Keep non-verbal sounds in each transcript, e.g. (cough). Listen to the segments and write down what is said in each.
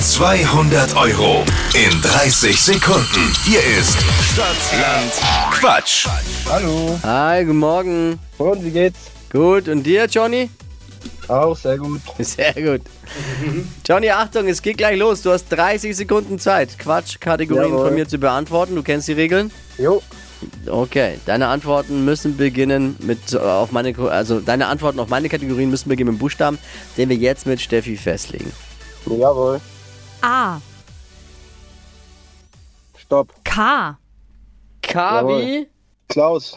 200 Euro in 30 Sekunden. Hier ist Stadtland Quatsch. Hallo. Hi, guten Morgen. Und wie geht's? Gut, und dir, Johnny? (laughs) Auch sehr gut. Sehr gut. Johnny, Achtung, es geht gleich los. Du hast 30 Sekunden Zeit, Quatsch-Kategorien Jawohl. von mir zu beantworten. Du kennst die Regeln? Jo. Okay, deine Antworten müssen beginnen mit äh, auf meine Ko- also deine Antworten auf meine Kategorien müssen beginnen mit dem Buchstaben, den wir jetzt mit Steffi festlegen. Jawohl. A. Stopp. K. Kavi. Klaus.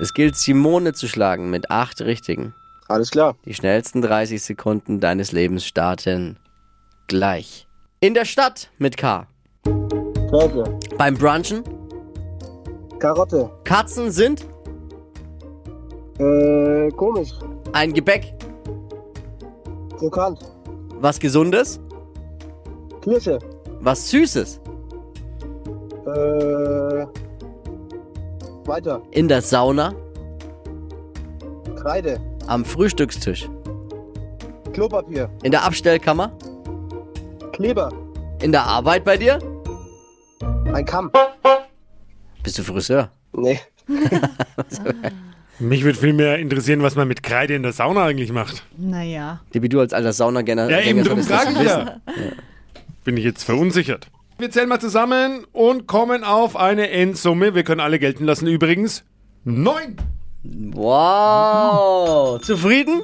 Es gilt Simone zu schlagen mit acht richtigen. Alles klar. Die schnellsten 30 Sekunden deines Lebens starten gleich. In der Stadt mit K. Käse. Beim Brunchen. Karotte. Katzen sind Äh, komisch. ein Gebäck, Krokant. was Gesundes, Kirsche. was Süßes. Äh, weiter. In der Sauna, Kreide. am Frühstückstisch, Klopapier. in der Abstellkammer, Kleber. in der Arbeit bei dir. Ein Kamm. Bist du Friseur? Nee. Mich würde viel mehr interessieren, was man mit Kreide in der Sauna eigentlich macht. Naja. Debi, du als alter Saunagänger. Ja, eben, drum solltest das frage ich wissen. ja. Bin ich jetzt verunsichert. Wir zählen mal zusammen und kommen auf eine Endsumme. Wir können alle gelten lassen übrigens. Neun! Wow. Zufrieden?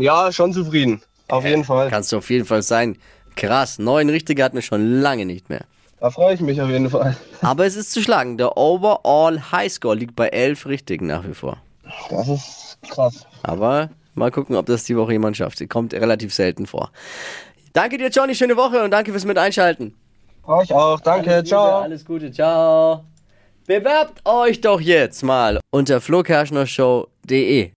Ja, schon zufrieden. Auf jeden Fall. Kannst du auf jeden Fall sein. Krass, neun Richtige hatten wir schon lange nicht mehr. Da freue ich mich auf jeden Fall. Aber es ist zu schlagen. Der Overall Highscore liegt bei elf Richtigen nach wie vor. Das ist krass. Aber mal gucken, ob das die Woche jemand schafft. Sie kommt relativ selten vor. Danke dir, Johnny. Schöne Woche und danke fürs Mit einschalten. Euch auch. Danke. Ciao. Alles Gute, ciao. Bewerbt euch doch jetzt mal unter flokerschnershow.de.